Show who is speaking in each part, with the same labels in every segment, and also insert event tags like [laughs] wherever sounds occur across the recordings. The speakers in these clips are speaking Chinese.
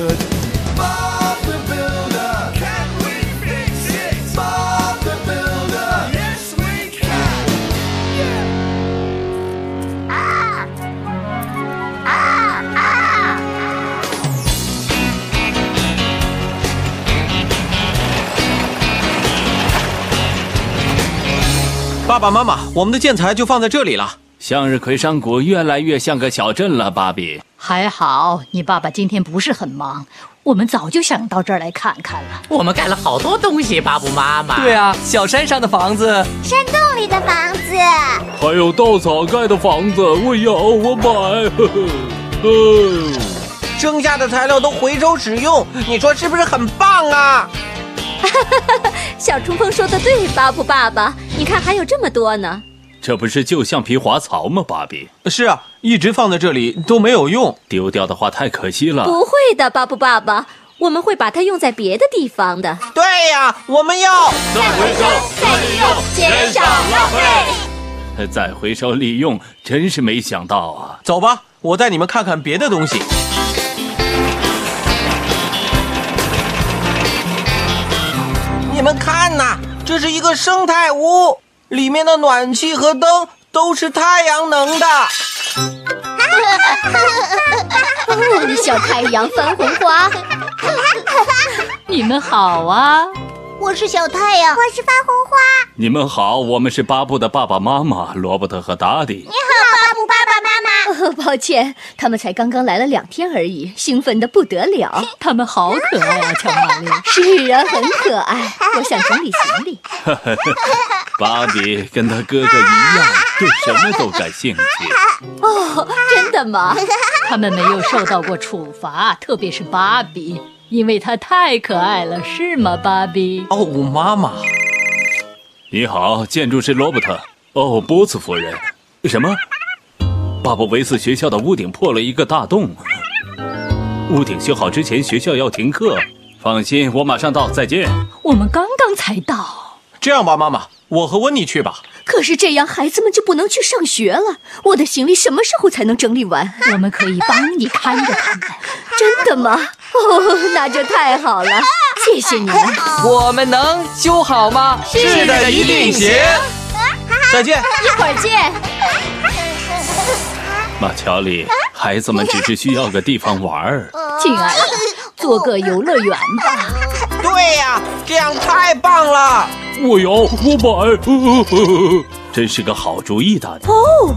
Speaker 1: Bob the Builder. Can we fix it? Bob the Builder. Yes, we can.
Speaker 2: 爸爸妈妈，我们的建材就放在这里了。
Speaker 3: 向日葵山谷越来越像个小镇了，芭比。
Speaker 4: 还好你爸爸今天不是很忙，我们早就想到这儿来看看了。
Speaker 5: 我们盖了好多东西，巴布妈妈。
Speaker 6: 对啊，小山上的房子，
Speaker 7: 山洞里的房子，
Speaker 3: 还有稻草盖的房子，我要，我买。呵呵哦，
Speaker 8: 剩下的材料都回收使用，你说是不是很棒啊？
Speaker 9: 小冲锋说的对，巴布爸爸，你看还有这么多呢。
Speaker 3: 这不是旧橡皮滑槽吗，芭比？
Speaker 2: 是啊，一直放在这里都没有用。
Speaker 3: 丢掉的话太可惜
Speaker 7: 啊
Speaker 3: 了。
Speaker 9: 不会的，巴布爸爸，我们会把它用在别的地方的。
Speaker 8: 对呀、我们要
Speaker 3: 再回收，
Speaker 7: 再利用，减少浪费。
Speaker 3: 再再回收利用，真是没想到啊！
Speaker 2: 走吧，我带你们看看别的东西。
Speaker 8: 你们看呐、这是一个生态屋，里面的暖气和灯都是太阳能的。
Speaker 9: 哦，小太阳翻红花，
Speaker 4: 你们好啊，
Speaker 7: 我是小太阳，我是发红花。
Speaker 3: 你们好，我们是巴布的爸爸妈妈罗伯特和达迪。
Speaker 7: 巴布爸爸妈妈，
Speaker 9: 哦 [laughs] 抱歉，他们才刚刚来了两天而已，兴奋的不得了。
Speaker 7: [laughs]
Speaker 4: 他们好可爱啊，乔玛丽。
Speaker 9: 是啊，很可爱。我想整理行李。
Speaker 3: 芭比跟他哥哥一样，对什么都感兴趣。
Speaker 9: 哦，真的吗？
Speaker 4: 他们没有受到过处罚，特别是芭比，因为她太可爱了，是吗，芭比？
Speaker 2: 哦，妈妈，
Speaker 3: 你好，建筑师罗伯特。哦，波茨夫人。什么？巴布维斯学校的屋顶破了一个大洞。屋顶修好之前，学校要停课。放心，我马上到，再见。
Speaker 4: 我们刚刚才到，
Speaker 2: 这样吧，妈妈，我和温妮去吧。
Speaker 9: 可是这样孩子们就不能去上学了。我的行李什么时候才能整理完？
Speaker 4: 我们可以帮你看着他们。
Speaker 9: 真的吗？哦，那这太好了，谢谢你们。
Speaker 6: 我们能修好吗？
Speaker 2: 哦是的，一定行。再见。
Speaker 9: 一会儿见。
Speaker 3: 马乔里，孩子们只是需要个地方玩儿。
Speaker 9: 呃
Speaker 4: 亲爱的，做个游乐园吧。
Speaker 8: 对呀、这样太棒了。
Speaker 3: 我摇，我摆， [laughs] 真是个好主意，达迪。
Speaker 9: 哦，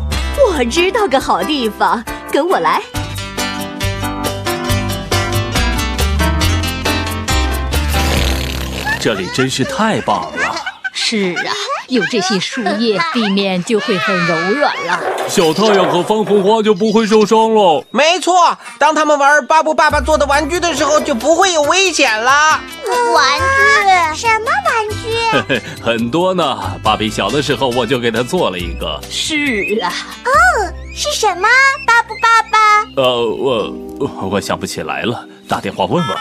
Speaker 9: 我知道个好地方，跟我来。
Speaker 3: 这里真是太棒了。
Speaker 4: 是啊，有这些树叶，地面就会很柔软了。
Speaker 3: 小太阳和番红花就不会受伤了。
Speaker 8: 没错，当他们玩巴布爸爸做的玩具的时候，就不会有危险了。 [laughs]
Speaker 7: 玩具？什么玩具？
Speaker 3: [laughs] 很多呢，芭比小的时候我就给他做了一个，
Speaker 4: 是啊，
Speaker 7: 是什么？巴布爸爸，
Speaker 3: 呃，我我想不起来了，打电话问问。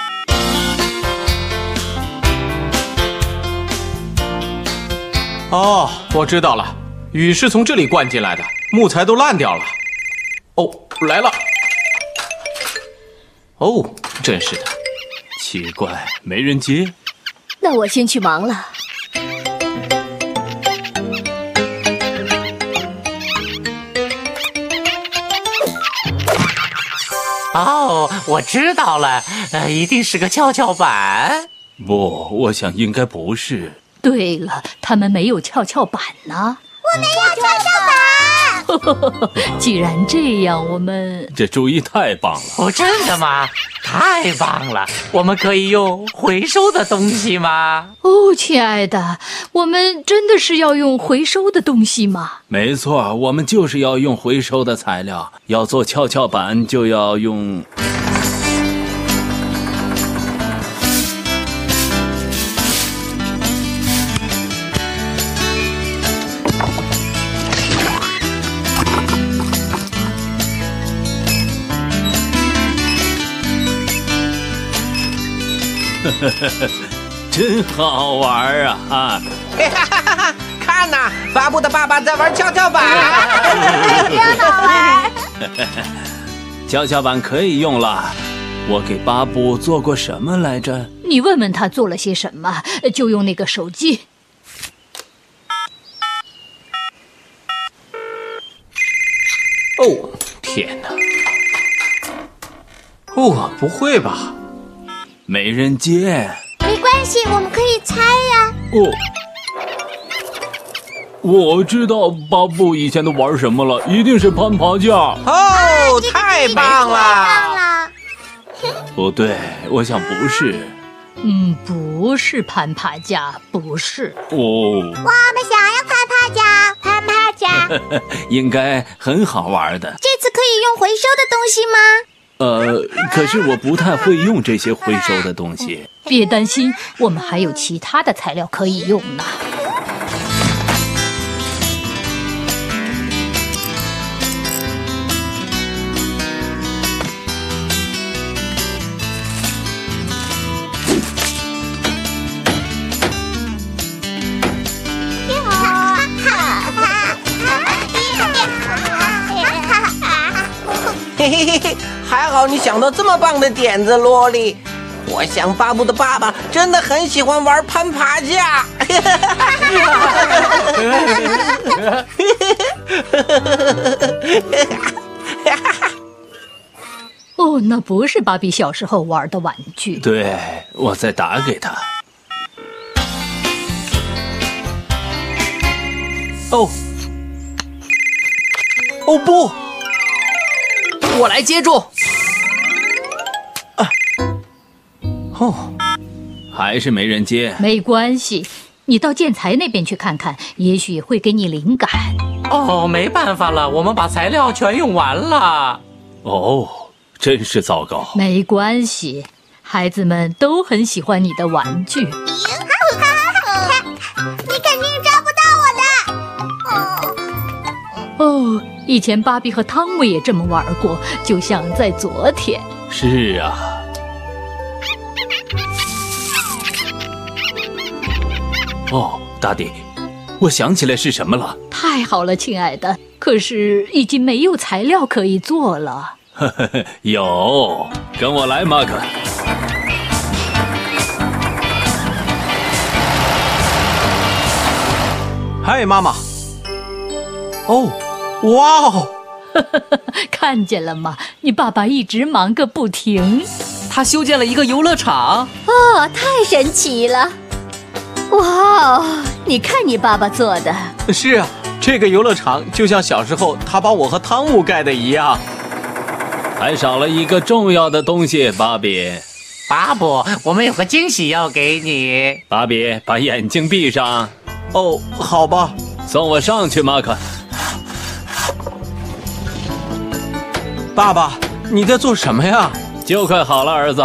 Speaker 2: 哦，我知道了，雨是从这里灌进来的，木材都烂掉了。哦，来了。哦，真是的，
Speaker 3: 奇怪，没人接。
Speaker 9: 那我先去忙了。
Speaker 5: 哦，我知道了，呃，一定是个跷跷板。
Speaker 3: 不，我想应该不是。
Speaker 4: 对了，他们没有跷跷板呢。我们要跷跷板。 [laughs] 既然这样，我们
Speaker 3: 这主意太棒了，
Speaker 5: 哦，真的吗？太棒了！我们可以用回收的东西吗？
Speaker 4: 哦，亲爱的，我们真的是要用回收的东西吗？
Speaker 3: 没错，我们就是要用回收的材料，要做跷跷板就要用。 [laughs] 真好玩啊！啊，
Speaker 8: 哈哈哈！看呐、巴布的爸爸在玩跷跷板。
Speaker 7: 真好玩！
Speaker 3: 跷跷板可以用了。我给巴布做过什么来着？
Speaker 4: 你问问他做了些什么，就用那个手机。
Speaker 2: 哦，天哪！哦，不会吧？
Speaker 3: 没人接。
Speaker 7: 没关系，我们可以猜呀。
Speaker 3: 哦，我知道巴布以前都玩什么了，一定是攀爬架。
Speaker 8: 哦，太棒
Speaker 7: 棒
Speaker 8: 了！
Speaker 7: 了，
Speaker 3: 不哦对，我想不是。
Speaker 4: 嗯，不是攀爬架，不是。
Speaker 3: 哦，
Speaker 7: 我们想要攀爬架，啊攀爬架。
Speaker 3: 应该很好玩的。
Speaker 7: 这次可以用回收的东西吗？
Speaker 3: 呃，可是我不太会用这些回收的东西。
Speaker 4: 别担心，我们还有其他的材料可以用呢。
Speaker 8: 嘿嘿嘿嘿，还好你想到这么棒的点子，萝莉。我想巴布的爸爸真的很喜欢玩攀爬架。
Speaker 4: 哦，那不是芭比小时候玩的玩具。
Speaker 3: 对，我再打给他。
Speaker 2: 哦，哦不，
Speaker 6: 我来接住。
Speaker 2: 哦，
Speaker 3: 还是没人接。
Speaker 4: 没关系，你到建材那边去看看，也许会给你灵感。
Speaker 5: 哦，没办法了，我们把材料全用完了。
Speaker 3: 哦，真是糟糕。
Speaker 4: 没关系，孩子们都很喜欢你的
Speaker 9: [laughs]
Speaker 4: 玩具。
Speaker 7: 你肯定抓不到我的。哦，
Speaker 4: 哦，以前芭比和汤姆也这么玩过，就像在昨天。
Speaker 3: 是啊，哦，大地，我想起来是什么了。 [laughs]
Speaker 4: 太好了，亲爱的，可是已经没有材料可以做了。
Speaker 3: 有，跟我来，马克。
Speaker 2: 嗨，妈妈。哦，哇哦，
Speaker 4: 看见了吗？你爸爸一直忙个不停。
Speaker 6: 他修建了一个游乐场，
Speaker 9: 哦，太神奇了！哇哦，你看你爸爸做的，
Speaker 2: 是啊，这个游乐场就像小时候他把我和汤姆盖的一样。
Speaker 3: 还少了一个重要的东西，芭比。
Speaker 5: 巴布，我们有个惊喜要给你。
Speaker 3: 芭比，把眼睛闭上，
Speaker 2: 哦，好吧，
Speaker 3: 送我上去，马克。
Speaker 2: 爸爸，你在做什么呀？
Speaker 3: 就快好了，儿子，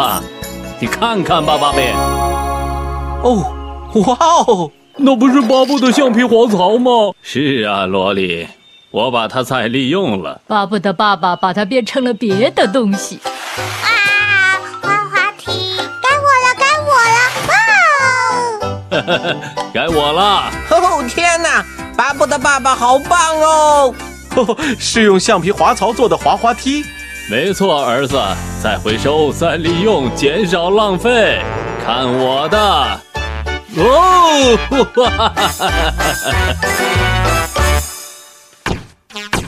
Speaker 3: 你看看吧，芭比，
Speaker 2: 哦，哇哦，
Speaker 3: 那不是巴布的橡皮滑槽吗？是啊，萝莉，我把它再利用了。 [laughs]
Speaker 4: 巴布的爸爸把它变成了别的东西。
Speaker 7: 啊，滑滑梯，该我了，该我了！哇哦，
Speaker 3: 该我了，
Speaker 8: 哦天哪，巴布的爸爸好棒哦！
Speaker 2: 是用橡皮滑槽做的滑滑梯。
Speaker 3: 没错，儿子，再回收，再利用，减少浪费。看我的，哦，哈哈哈哈哈哈！